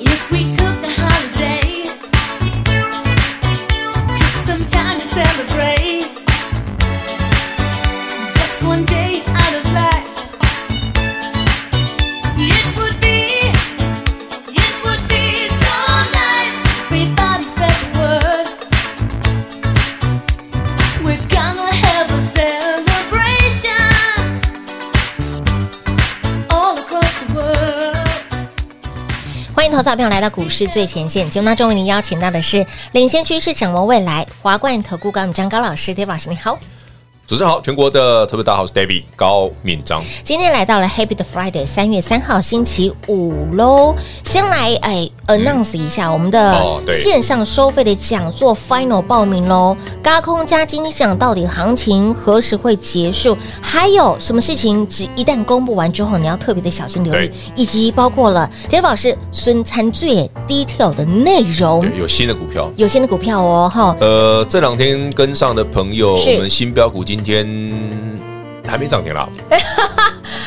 If we took a holiday, took some time to celebrate, just one day out of life, it would be, it would be so nice. Everybody's special word. We're gonna have a celebration all across the world. 欢迎投资者朋友来到股市最前线节目当中，为您邀请到的是领先趋势、掌握未来华冠投顾高敏章高老师，David 老师你好。主持人好，全国的特别大家好，我是 David 高敏章。今天来到了 Happy 的 Friday，三月三号星期五喽。先来哎 announce 一下我们的哦对线上收费的讲座 final 报名喽。高空加金讲到底行情何时会结束？还有什么事情只一旦公布完之后，你要特别的小心留意对，以及包括了 David 老师孙参最 detail 的内容对，，有新的股票，有些的股票哦哈，呃，这两天跟上的朋友，是我们新标股今天还没涨停啦，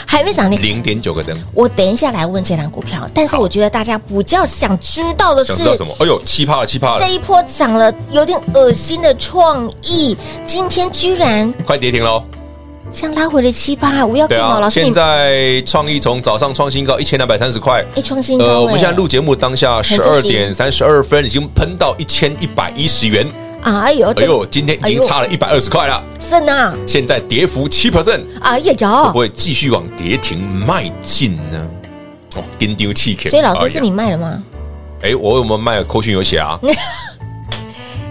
还没涨停。零点九个灯，我等一下来问这档股票，但是好我觉得大家比较想知道的是想知道什么？哎呦，奇葩了，奇葩这了，一波涨了有点恶心的创意，今天居然快跌停喽！像拉哦回了七八，我要对干嘛？啊，老师，现你在创意从早上创新高一千两百三十块。哎创新高哎呃，我们现在录节目当下很十开二心点三十二分，已经喷到一千一百一十元。哎呦，哎呦，今天已哎呦经差了一百二十块了，是呢，现在跌幅七 percent。哎呀会不呦，会继续往跌停迈进呢？哦，跟丢气ข็。所以老师哎呀是你卖了吗？哎，我有没有卖扣讯有写啊？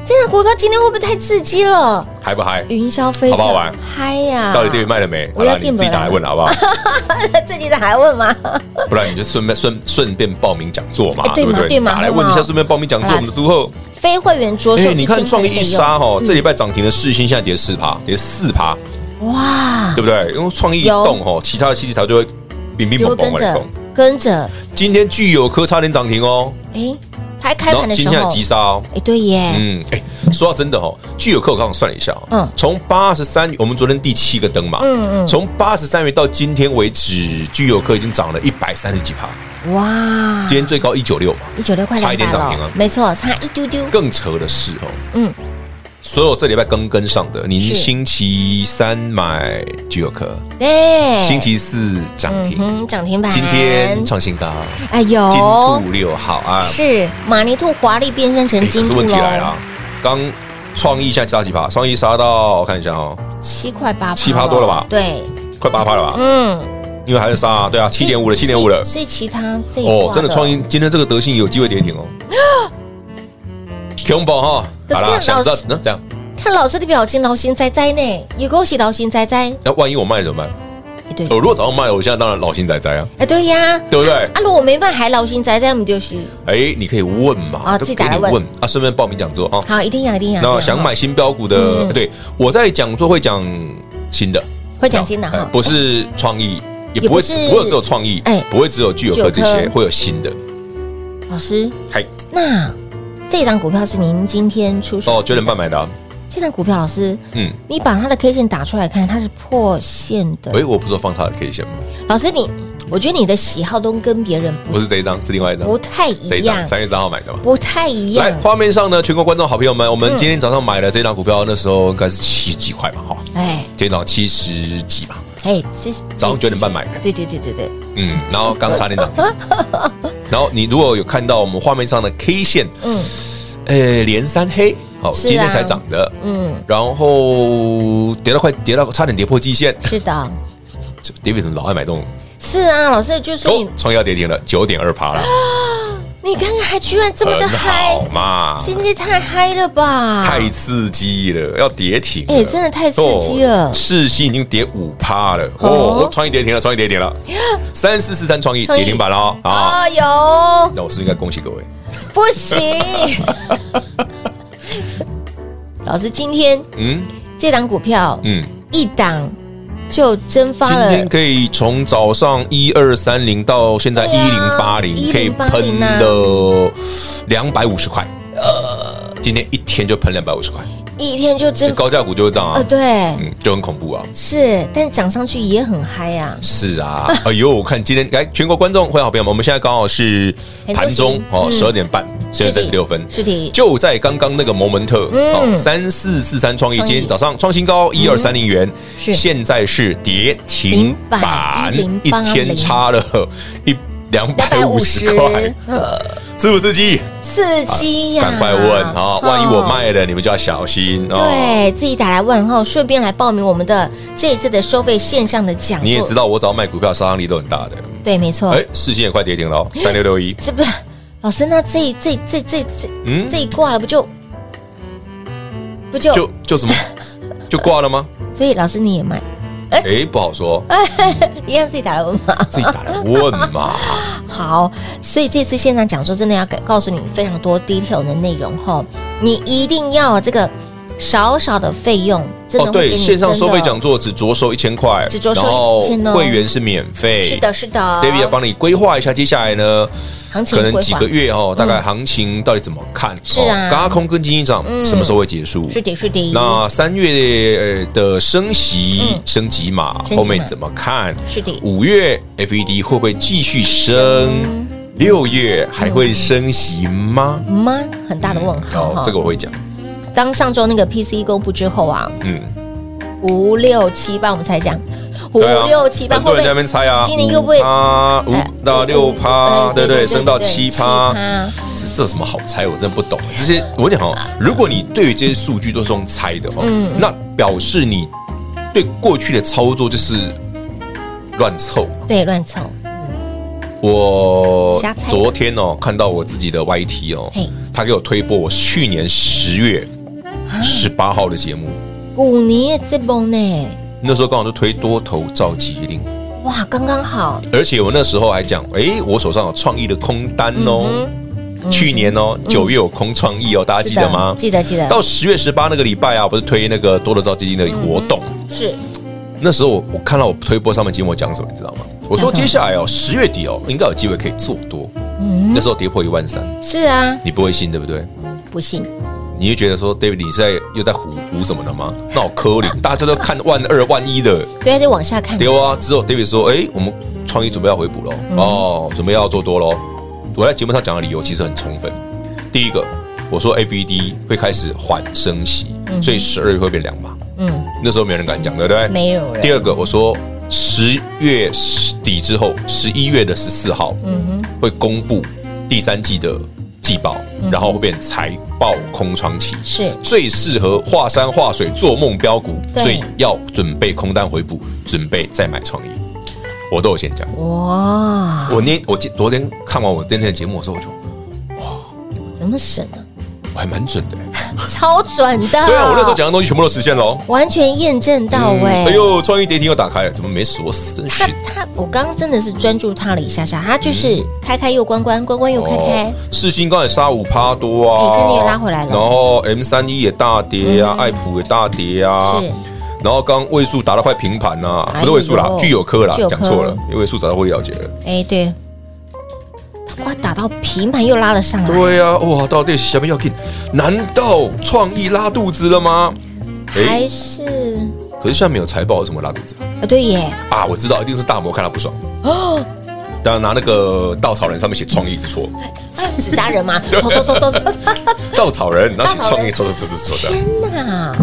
这档股票今天会不会太刺激了？嗨不嗨？云霄飞车，好不好玩嗨呀！到底对面卖了没？啊我好要啦，你进自己门打来了问 好不好？最近的还问吗？不然你就顺便顺顺便报名讲座嘛哎，对对不嘛对？对嘛打来对嘛问一下，顺便报名讲座好啦我们的都后。非会员着手，哎，你看创意一杀哦，哦，这礼拜涨停的市新现在跌四趴，跌四趴，哇，对不对？因为创意一有动哦，其他的七七潮就会乒乒就乓会乓跟往来着动。跟着，今天具有科差点涨停哦，哎，还开然后盘的今时天还候，急杀哦。哎，对耶，嗯，哎、说到真的哦，具有客我刚刚算了一下、哦，嗯嗯，从八十三，我们昨天第七个灯嘛，嗯嗯嗯嗯，从八十三元到今天为止，具有客已经涨了一百三十几趴，啊哇嗯今，天最高一九六嘛。一九六块差一点两百涨停了啊，没错，差一丢丢，更扯的是哦，嗯。所有这礼拜跟跟上的，是您星期三买具有客，对，星期四涨停，哎嗯哼，涨停板，今天创新高，哎呦，金兔六号啊，是马尼兔华丽变身成哎金可是兔问题来喽了，，刚创意现在杀几趴？创意杀到我看一下哦，七块八，七趴多了吧对，快八趴了吧？嗯，因为还是杀、啊，对啊，七点五了，七点五了。所以其他这一哦挂，真的创意今天这个德性有机会跌停哦。恐怖哈，可是好啦，想老知师道那这样，看老师的表情，劳心哉哉呢，有恭喜劳心哉哉，那万一我卖了怎么办？哎对我，如果早上卖了，我现在当然老心仔仔 啊，哎对呀，对不对？啊如果没办法还劳心哉哉，我们就是哎，你可以问哦嘛，自己给打来你问问啊，顺便报名讲座啊。好，一定要一定要，一定那要想买新标股嗯的，对我在讲座会讲新的，会讲新的哎哈，不是创意，也也不会不是不会只有创意哎，不会只有具有科具这有些，科会有新的。哎老师，嗨，那这档股票是您今天出手哦，九点半买的啊，这档股票，老师，嗯，你把它的 K 线打出来看，它是破线的。哎，我不是说放它的 K 线吗？老师你，我觉得你的喜好都跟别人不不是这一张，是另外一张，不太一这一样张，三月三号买的嘛。不太一来，样。画面上呢，全国观众好朋友们，我们今天早上买的这档股票，那时候应该是七十几块嘛，哈，哎今天早上七十几嘛，哎，是早上九点半买的对对对对对，嗯，然后刚差 点涨停。然后你如果有看到我们画面上的 K 线，嗯呃，连三黑，好，是啊今天才涨的，嗯，然后跌到快跌到差点跌破季线是的，这，David 怎么老爱买这种？是啊，老师就说哦你， 创业跌停了九点二趴了，你刚刚还居然这么的很嗨好，嘛，今天太嗨了吧？太刺激了，要跌停了，哎真的太刺激了哦世新已经跌五趴了，哦哦，创意跌停了，创意跌 停了，三四四三创意创意跌停板了哦啊！啊有那我是不是应该恭喜各位，不 行。老师，今天嗯这档股票嗯，一档就蒸发今了天，可以从早上一二三零到现在对一零啊八零，可以喷1080啊呃了两百五十块，今天一天就喷两百五十块，一天就蒸高价股就是这样呃啊，对，嗯，就很恐怖啊。是，但涨上去也很嗨呀。是啊，哎呦，我看今天来全国观众会好朋友们，我们现在刚好是很休盘息中哦，嗯十二点半，现在是三的十六分，是的，就在刚刚那个摩门特嗯哦，三四四三创意，创今意天早上创新高一二三零元，是现在是跌停板， 0.108一天差了一两百五十块，刺不刺激？刺激呀！赶快问啊，万一我卖了，你们就要小心哦。对自己打来问候，顺便来报名我们的这一次的收费线上的讲座。你也知道，我只要卖股票，杀伤力都很大的。对，没错。哎，世新也快跌停了哦，三六六一，这不，老师，那这一这这这这嗯这一挂了，不就不就 就就什么就挂了吗？所以老师你也卖，哎，不好说，一样自己打来问嘛。自己打来问嘛。好，所以这次现场讲座真的要给告诉你非常多 detail 的内容吼，你一定要这个少少的费用，真哦，的会给对，你线上真的收费讲座只着收一千块，只着收然后1000哦会员是免费。是的，是的 David 要帮你规划一下，接下来呢，行情可能规几划个月哦，大概行情到底怎么看？是啊哦高空跟经济涨嗯什么时候会结束？是的，是的，那三月呃的升息嗯、升级码升级码后面怎么看？是的五月 FED 会不会继续嗯升？六月还会升息吗？吗？很大的问号哦哈。，这个我会讲。当上周那个 PC 公布之后啊，嗯，五六七八我们才讲五对啊六七八，很多人在那边猜啊，今年又不会啊五哎到六趴，哎对不对？升到七7%趴，这这有什么好猜？我真的不懂这些。我跟你讲哦，如果你对于这些数据都是用猜的哦，啊嗯那表示你对过去的操作就是乱凑。对，乱凑，我瞎猜昨天哦看到我自己的 YT 哦嘿，他给我推播我去年十月啊十八号的节目，古年的这波呢，那时候刚好就推多头召集令。哇，刚刚好，而且我那时候还讲，诶，我手上有创意的空单哦，去年哦九月有空创意哦，大家记得嗯吗是的？记得记得，到十月十八那个礼拜啊，我不是推那个多头召集令的活动，是那时候我我看到我推播上面节目我讲什么，你知道吗？我讲什说么嗯接下来哦，十月底哦，应该有机会可以做多。那时候跌破一万三，是啊，你不会信对不对？不信，你会觉得说，David，你是在又在唬唬什么了吗？那我科林，大家都看万二万一的，对啊，就往下看，对啊，之后 David 说：“哎、我们创意准备要回补喽，哦，准备要做多喽。”我在节目上讲的理由其实很充分。第一个，我说 FED 会开始缓升息，所以十二月会变两码。嗯，那时候没有人敢讲，对不对？没有人第二个，我说十月底之后，十一月的十四号，嗯哼，会公布第三季的季报，然后会变财报空窗期，是最适合画山画水做梦标股，对所以要准备空单回补，准备再买创意。我都有先讲，哇，我那我今昨天看完我今天的节目的时候，我就怎么省呢？我还蛮准的、超准的，对啊，我那时候讲的东西全部都实现喽。完全验证到嗯位，哎呦，创意跌停又打开了，怎么没锁死？真他 是。他，我刚刚真的是专注他了一下下，他就是开开又关关，关关又开开哦，，世新刚才杀五趴多啊，哎真的又拉回来了嗯然后 M 三一也大跌啊，爱普也大跌啊，是然后刚位数打到快平盘呐、哎呦不是位数啦，聚友科啦聚友，科讲错了，因为位数早就会了解了。哎对，他瓜打到平盘又拉了上来，对呀、啊，哇，到底什么要紧？难道创意拉肚子了吗？哎、还是可是现在没有财报，怎么拉肚子呃对耶，啊？我知道，一定是大摩看他不爽哦，当然拿那个稻草人上面写创意是 错，哎纸扎 人嘛，走走走走走，稻草人然后写稻草创意人错错错错错的，天哪，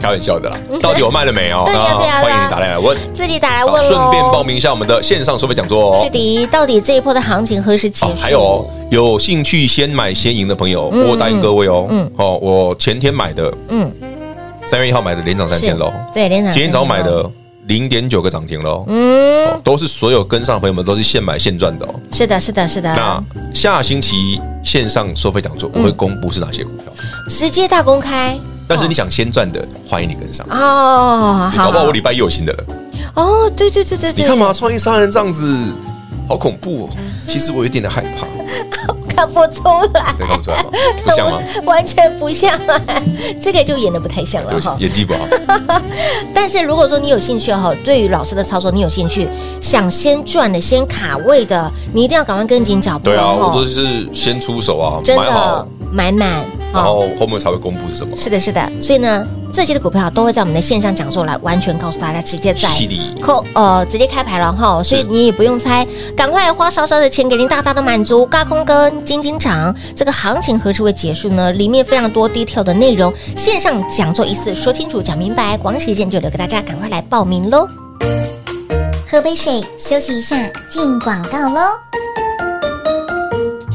开玩笑的啦。到底有卖了没有？嗯对呀对呀欢迎你打来来问，自己打来好问顺便报喽。名一下我们的线上收费讲座哦。是的，到底这一波的行情何时结好，束？还有哦，有兴趣先买先赢的朋友，嗯我答应各位哦，嗯哦，我前天买的，嗯，三月一号买的连涨三是哦天喽，对，连长今天早上买的零点九个涨停喽、嗯，哦都是所有跟上的朋友们都是现买现赚的哦。是的，是的，是的那，下星期线上收费讲嗯座我会公布是哪些股票，直接大公开。但是你想先赚的，欢迎你跟上。哦，搞好不好好我礼拜一有新的了。哦，对对对对你对，嗯看嘛，？创意商人这样子，好恐怖哦。其实我有一点点害怕， 看不出来，能看不出来 吗？不像吗？完全不像，啊这个就演的不太像对了不起哈，。演技不好。但是如果说你有兴趣啊哈，对于老师的操作你有兴趣，想先赚的、先卡位的，你一定要赶快跟紧脚步对啊，哦我都是先出手啊，真买好的，买满哦。然后后面才会公布是什么。是的，是的，所以呢，这些的股票都会在我们的线上讲座来完全告诉大家，直接在犀利扣呃直接开牌了哈，所以你也不用猜，赶快花少少的钱给您大大的满足。高空跟金金涨这个行情何时会结束呢？里面非常多 detail 的内容，线上讲座一次说清楚讲明白，广喜见就留给大家，赶快来报名喽。喝杯水休息一下，进广告喽。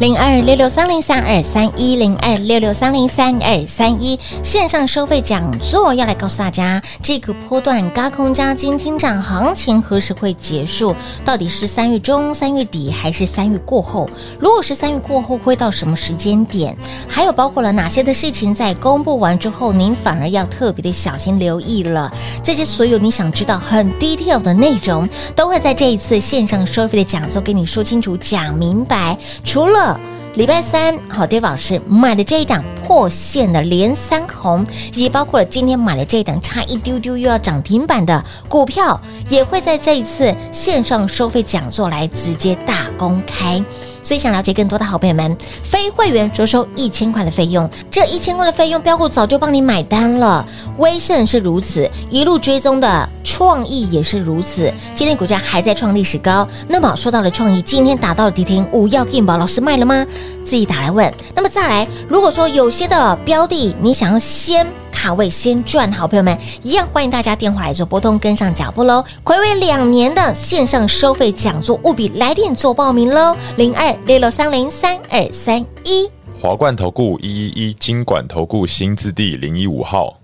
零二六六三零三二三一零二六六三零三二三一线上收费讲座要来告诉大家，这个波段高空加金金涨行情何时会结束？到底是三月中、三月底还是三月过后？如果是三月过后，会到什么时间点？还有包括了哪些的事情在公布完之后，您反而要特别的小心留意了。这些所有你想知道很 detail 的内容，都会在这一次线上收费的讲座给你说清楚、讲明白。除了礼拜三，好，Dave 老师买的这一档破线的连三红，以及包括了今天买的这一档差一丢丢又要涨停板的股票，也会在这一次线上收费讲座来直接大公开。所以想了解更多的好朋友们，非会员着收一千块的费用，这一千块的费用，标股早就帮你买单了。威盛是如此，一路追踪的创意也是如此，今天股价还在创历史高。那么说到了创意，今天打到了跌停五要 King 宝，老师卖了吗？自己打来问。那么再来，如果说有些的标的你想要先。卡位先赚，好朋友们一样欢迎大家电话来做拨通，跟上脚步喽！暌违两年的线上收费讲座，务必来电做报名喽！零二六六三零三二三一。华冠投顾一一一金管投顾新字第零一五号，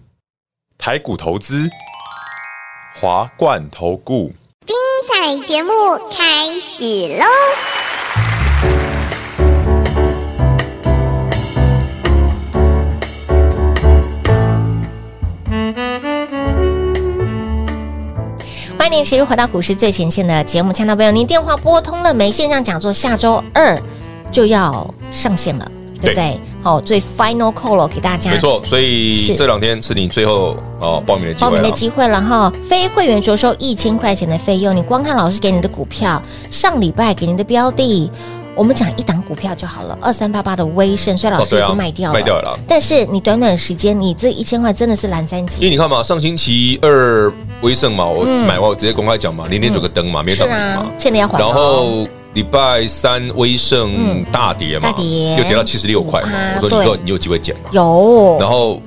台股投资，华冠投顾。彩节目开始喽！欢迎持续回到股市最前线的节目，亲爱的朋友，您电话拨通了没？线上讲座下周二就要上线了，对不对？好，最 final call 了，给大家没错，所以是这两天是你最后哦报名的机报会名的了。机会了哈。非会员着收一千块钱的费用，你光看老师给你的股票，上礼拜给你的标的。我们讲一档股票就好了，二三八八的威盛，虽然老师哦对已啊经卖掉了，卖掉了啦但是你短短时间，你这一千块真的是蓝三因为级，你看嘛，上星期二威盛嘛，我嗯买完我直接公开讲嘛，零点九个灯嘛，没有是涨停啊嘛，。欠的要还哦。然后礼拜三威盛嗯大跌嘛，大跌又跌到七十六块嘛5%，我说你对有你有机会捡嘛，有，然后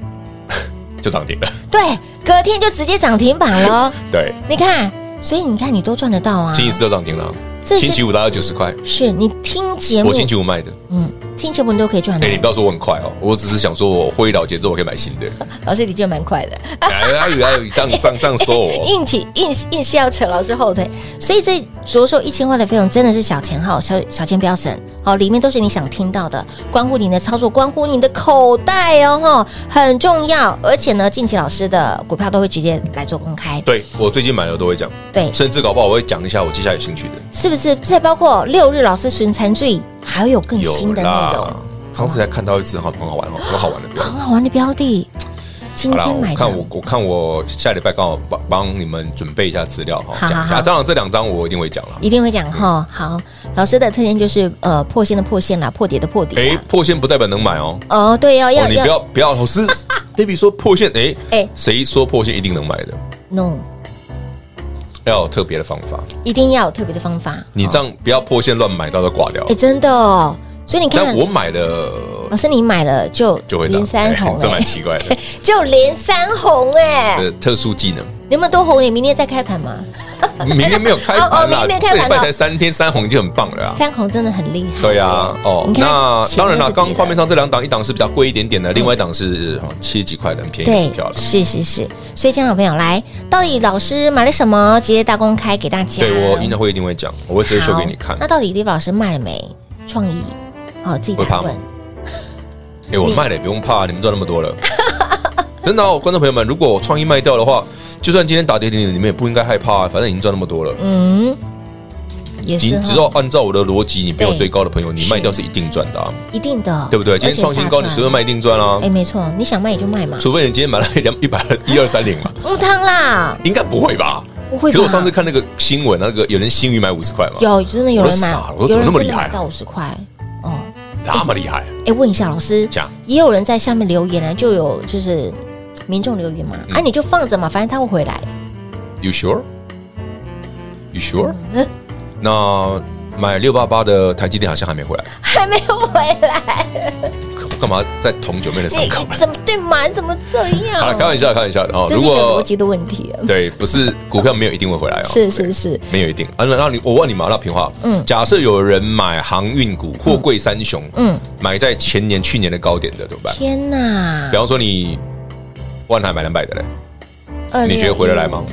就涨停了。对，隔天就直接涨停板了。对，你看，所以你看，你都赚得到啊！星期四就涨停了，这星期是五达到九十块，是你听节目我，星期五卖的。嗯，听节目你都可以赚的哎，。你不要说我很快哦，我只是想说我会了节奏，我可以买新 的。老师，你就蛮快的，哎哎哎，这样这样这样 说我，硬起硬硬是要扯老师后腿，所以这着手一千块的费用真的是小钱哈，小小钱不要省。好，里面都是你想听到的，关乎你的操作，关乎你的口袋哦，哈，很重要。而且呢，近期老师的股票都会直接来做公开，对我最近买的我都会讲，对，甚至搞不好我会讲一下我接下来有兴趣的。是不是？再包括六日老师巡残罪，还会有更新的内容。，上次还看到一只很很好玩哦，很好玩的标的很。好玩的标的，今好啦，天买我的。看我我看我下礼拜刚好帮帮你们准备一下资料哈好，讲一好好下。当然这两张我一定会讲了。一定会讲哈。好，老师的特点就是呃破线的破线啦，破底的破底哎啦。，破线不代表能买哦。哦，对哦，哦，要你不要不要，老 师，David 说破线，哎哎哎，谁说破线一定能买的？ no，要有特别的方法，一定要有特别的方法。你这样不要破线乱买，到时候挂掉哎，。真的哦，所以你看但，我买了老师你买了就就会涨连三红、 这欸蛮，奇怪 的。就连三红哎、呃，特殊技 能，你有没有多红？你明天再开盘吗？明天没有开盘哦哦啦，明天没有开盘这礼拜哦才三天，三红就很棒了啊。三红真的很厉害。对呀、啊，哦你，看那前面当然啦，是刚跌的刚画面上这两档，一档是比较贵一点点的，另外一档是哦七十几块的，很便宜的对股票，了。是是是，所以，亲爱的朋友，来，到底老师买了什么？直接大公开给大家。对我应该会一定会讲，我会直接秀给你看好那。到底 d 老师卖了没？创意，好、自己会打怕吗问。哎、我卖了也不用怕，你们赚那么多了。 真的、哦，观众朋友们，如果我创意卖掉的话，就算今天打跌停，你们也不应该害怕、反正已经赚那么多了。啊嗯，也你是哦只哈，要按照我的逻辑，你没有对追高的朋友，你是卖掉是一定赚的、啊，一定的，对不对？今而天且创新高，大你赚随便卖一定赚啊哎、。没错，你想卖也就卖嘛，除非你今天买了两一百一二三零嘛，木汤啦，应该不会吧？不会吧可是我上次看那个新闻，那个有人新鱼买五十块嘛，有真的有人买我都傻了，我怎么那么厉害啊有人真的买到五十块哦。那么厉害，哎、问一下老师讲，也有人在下面留言呢，就有就是民众留言嘛，嗯啊，你就放着嘛，反正他会回来。 You sure? You sure? 嗯那买六八八的台积电好像还没回来，还没有回来，干干嘛在捅九妹的伤口你？怎么对嘛？你怎么这样？ 好了，开玩笑，开玩笑的哦。哎这是如一个果逻辑的问题啊。对，不是股票没有一定会回来哦，是是是，没有一定。啊，那那你我问你嘛，那平话，嗯嗯，假设有人买航运股、货柜三雄，嗯嗯，买在前年、去年的高点的怎么办？天哪比！方说你万海买两百的嘞，二你觉得六回得来吗？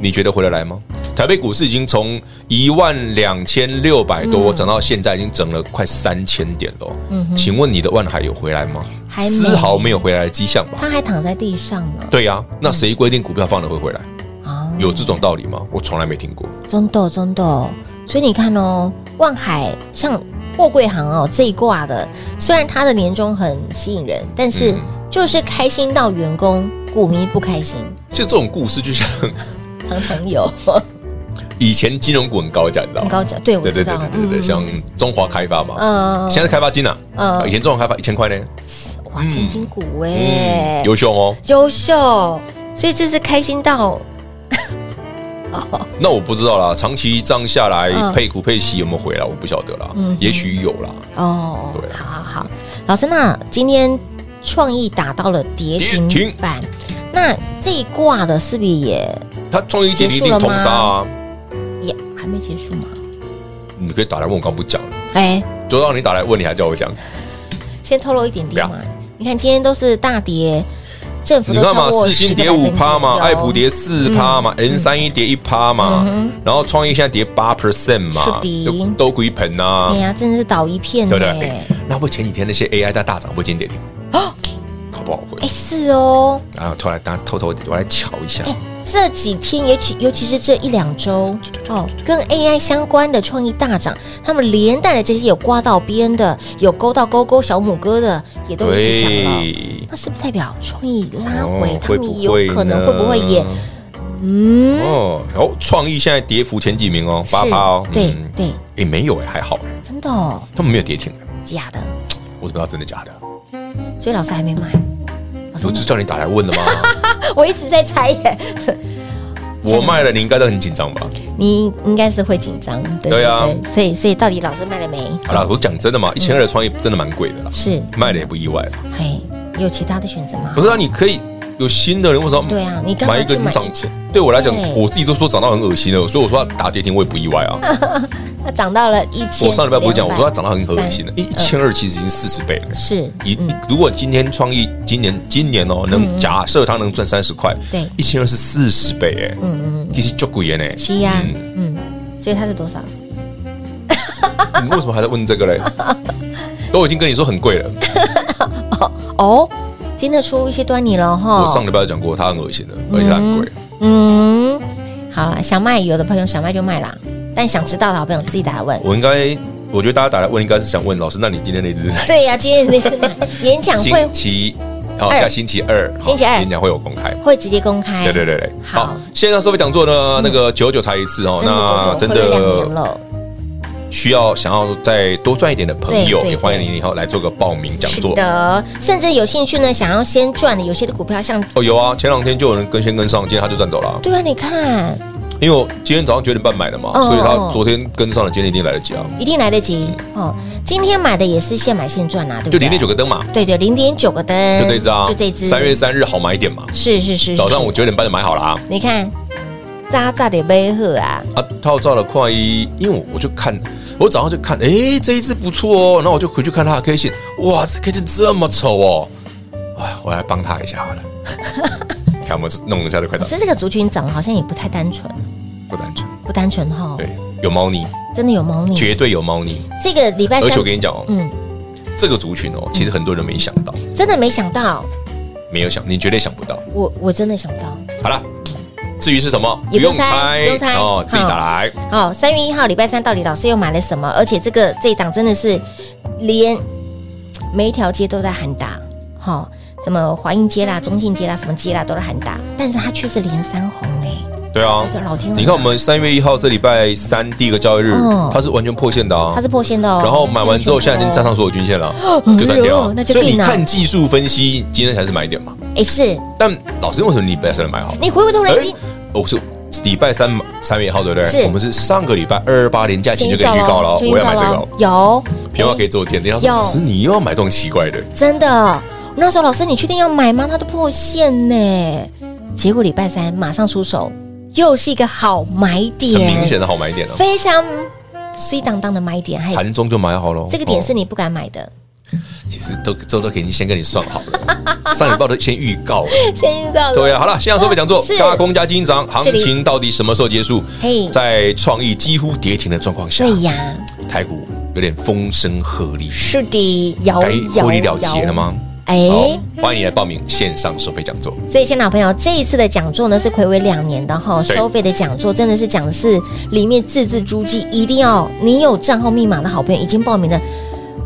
你觉得回得来吗？台北股市已经从一万两千六百嗯多涨到现在，已经整了快三千点了哦。请问你的万海有回来吗？还没丝毫没有回来的迹象吧？他还躺在地上呢。对呀、那谁规定股票放了会回来？哦，有这种道理吗？我从来没听过。中豆中豆，所以你看哦，万海像货柜行哦这一挂的，虽然它的年终很吸引人，但是嗯就是开心到员工股民不开心，其实这种故事就像常常 有以前金融股很高价，你知道很吗？高涨。对，我对知对对道，对对对，嗯像中华开发嘛，嗯现在是开发金啊，嗯以前中华开发一千块呢，哇，千金股哎嗯，，优秀哦。优秀，所以这是开心到那我不知道啦，长期账下来嗯配股配息有没有回来，我不晓得啦，嗯也许有啦。哦对，啊好好好，老师，那今天创意打到了跌跌停停板，那这一挂的是不是也他创意节一结束了定吗通杀啊，也还没结束吗？你可以打来问我刚不讲，哎，就让你打来问你还叫我讲，先透露一点点嘛不。你看今天都是大跌，政府你都看超嘛，过四10星个跌百分五点趴嘛，有爱普跌四趴嘛，N 三一跌一趴嘛嗯，然后创意现在跌八 percent 嘛是的，都都鬼盆呐哎，呀，真的是倒一片对不对？呢哎。那不前几天那些 AI 在大涨，不今天跌停，好不好回哦哎，？是哦，然后偷来，大家偷偷地我来瞧一哎下，这几天尤其尤其是这一两周哦，跟 AI 相关的创意大涨，他们连带的这些有刮到边的，有勾到勾勾小母哥的，也都一起涨了。对，那是不是代表创意拉哦回，他会不们有会可能会不会呢也嗯哦，然后创意现在跌幅前几名哦，八是趴哦，对嗯对，诶，没有诶，还好诶，真的哦，他们没有跌停诶，假的，我怎么知道真的假的？嗯所以老师还没买。老师我就叫你打来问的 吗？我一直在猜耶，我卖了，你应该都很紧张吧？你应该是会紧张，对对啊所以所以到底老师卖了没？好啦，我讲真的嗯嘛，一千二的创意真的蛮贵的啦，是，卖了也不意外啦。嘿，有其他的选择吗？不是啊，你可以有新的人，为什么？对啊你干嘛买一个去买涨一起？对我来讲对，我自己都说涨到很恶心了，所以我说它打跌停我也不意外啊。它涨到了一千，我上礼拜不是讲，我说它涨到很恶心了，一嗯千二其实已经四十倍了。是，一如果今天创意，今年今年哦，能假设它能赚三十块，嗯对一千二是四十倍哎，嗯嗯，其实就贵耶 呢。是呀，嗯嗯，所以它是多少？你为什么还在问这个嘞？都已经跟你说很贵了，哦，听得出一些端倪了哈。我上礼拜有讲过，它很恶心的，而且它很贵。嗯，好了，想卖有的朋友想卖就卖啦，但想知道的好朋友自己打来问。我应该，我觉得大家打来问，应该是想问老师，那你今天那只是对呀、今天那是 演讲会星期好，二下星期二，好星期二演讲会有公开。会直接公开，对对对对，好线上收费讲座呢，那个九九才一次哦，真那的真真的两年的了，需要想要再多赚一点的朋友，对对也欢迎你以后来做个报名讲是座。的，甚至有兴趣呢，想要先赚的有些的股票，像哦，有啊，前两天就有人跟先跟上，今天他就赚走了啊。对啊，你看，因为我今天早上九点半买的嘛，哦所以它昨天跟上了，今天一定来得及啊，一定来得及哦。今天买的也是现买现赚啊啦、对不对？就零点九个灯嘛，对对，零点九个灯，就这一只啊，嗯就这一只。三月三日好买一点嘛，是是是，早上是我九点半就买好了啊，你看，渣渣的杯喝啊，啊，套照了快一，因为我我就看，我早上就看，诶，这一只不错哦，然后我就回去看它的 K 线，哇，这 K 线这么丑哦，哎，我来帮它一下 好了，看我们弄一下就快可到，是这个族群长得好像也不太单纯，不单纯，不单纯哈、对，有猫腻，真的有猫腻。绝对有猫腻，这个礼拜而嗯哎三且我，跟你讲哦，嗯，这个族群哦，其实很多人没想到，真的没想到，没有想，你绝对想不到。我我真的想不到。好了，至于是什么，也不用猜不用猜哦，自己打来。哦，三月一号礼拜三到底老师又买了什么？而且这个这一档真的是连每一条街都在喊打，好、什么华阴街啦、嗯中信街啦、什么街啦都在喊打，但是它却是连三红哎、对啊我的老天，啊你看我们三月一号这礼拜三第一个交易日嗯，它是完全破线的啊它。是破线的哦。然后买完之后，现在已经站上所有均线了，就三天哎呦了那。就所以你定了看技术分析，今天才是买点嘛。哎、是但老师，为什么你礼拜三买好？你回过头来已经哎，我是礼拜三三月一号对不是对？我们是上个礼拜二二八连假前就给你预告了哦，先我要买这个哦。啊有平话可以做点，等一下有说老师你又要买这种奇怪的，真的。那时候老师，你确定要买吗？它都破线呢。结果礼拜三马上出手，又是一个好买点，很明显的好买点了。非常碎当当的买点，还有盘中就买好了，哎这个点是哦你不敢买的，其实都周都已经先跟你算好 了，上礼拜都先预告了。先预告了。对啊，好了，线上收费讲座是，加工加金涨，行是的情到底什么时候结束嘿？在创意几乎跌停的状况下，对呀，台股有点风声鹤唳，是的，摇该摇获利了结了摇吗？哎，好，欢迎你来报名线上收费讲座。所以，亲老朋友，这一次的讲座呢是暌违两年的哈，对收费的讲座真的是讲的是里面字字珠玑，一定要你有账号密码的好朋友已经报名的，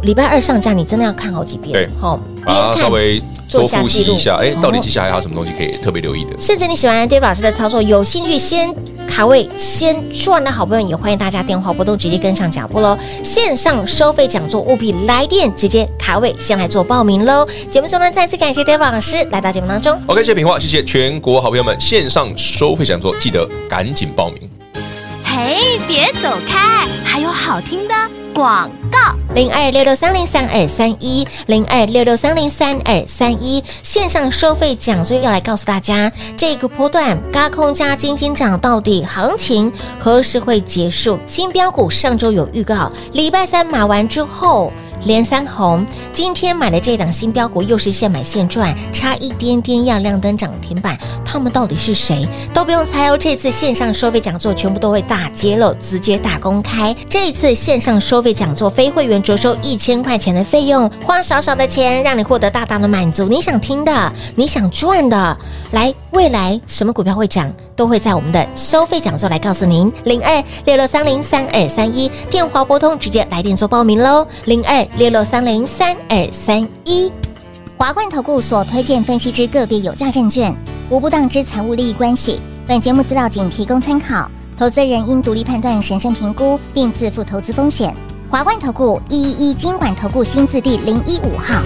礼拜二上架，你真的要看好几遍，对好，啊，稍微多复习一下，做一下记哎录，哦到底接下来还有什么东西可以特别留意的？甚至你喜欢 Dave 老师的操作，有兴趣先卡位、先赚的好朋友，也欢迎大家电话拨动，直接跟上脚步喽。线上收费讲座务必来电直接卡位，先来做报名喽。节目中呢，再次感谢 Dave 老师来到节目当中。 OK，谢谢平话，谢谢全国好朋友们线上收费讲座，记得赶紧报名。嘿，别走开，还有好听的广告。零二六六三零三二三一零二六六三零三二三一线上收费讲座要来告诉大家，这个波段高空加金金涨到底行情何时会结束？新标股上周有预告，礼拜三买完之后。连三红，今天买的这档新标股又是现买现赚，差一点点要亮灯涨停板。他们到底是谁都不用猜哦。这次线上收费讲座全部都会大揭露，直接大公开。这一次线上收费讲座，非会员着收一千块钱的费用，花少少的钱让你获得大大的满足。你想听的，你想赚的，来，未来什么股票会涨，都会在我们的收费讲座来告诉您。零二六六三零三二三一，电话拨通，直接来电做报名喽。零二六六三零三二三一。华冠投顾所推荐分析之个别有价证券，无不当之财务利益关系。本节目资料仅提供参考，投资人应独立判断、审慎评估，并自负投资风险。华冠投顾一一一金管投顾新字第零一五号。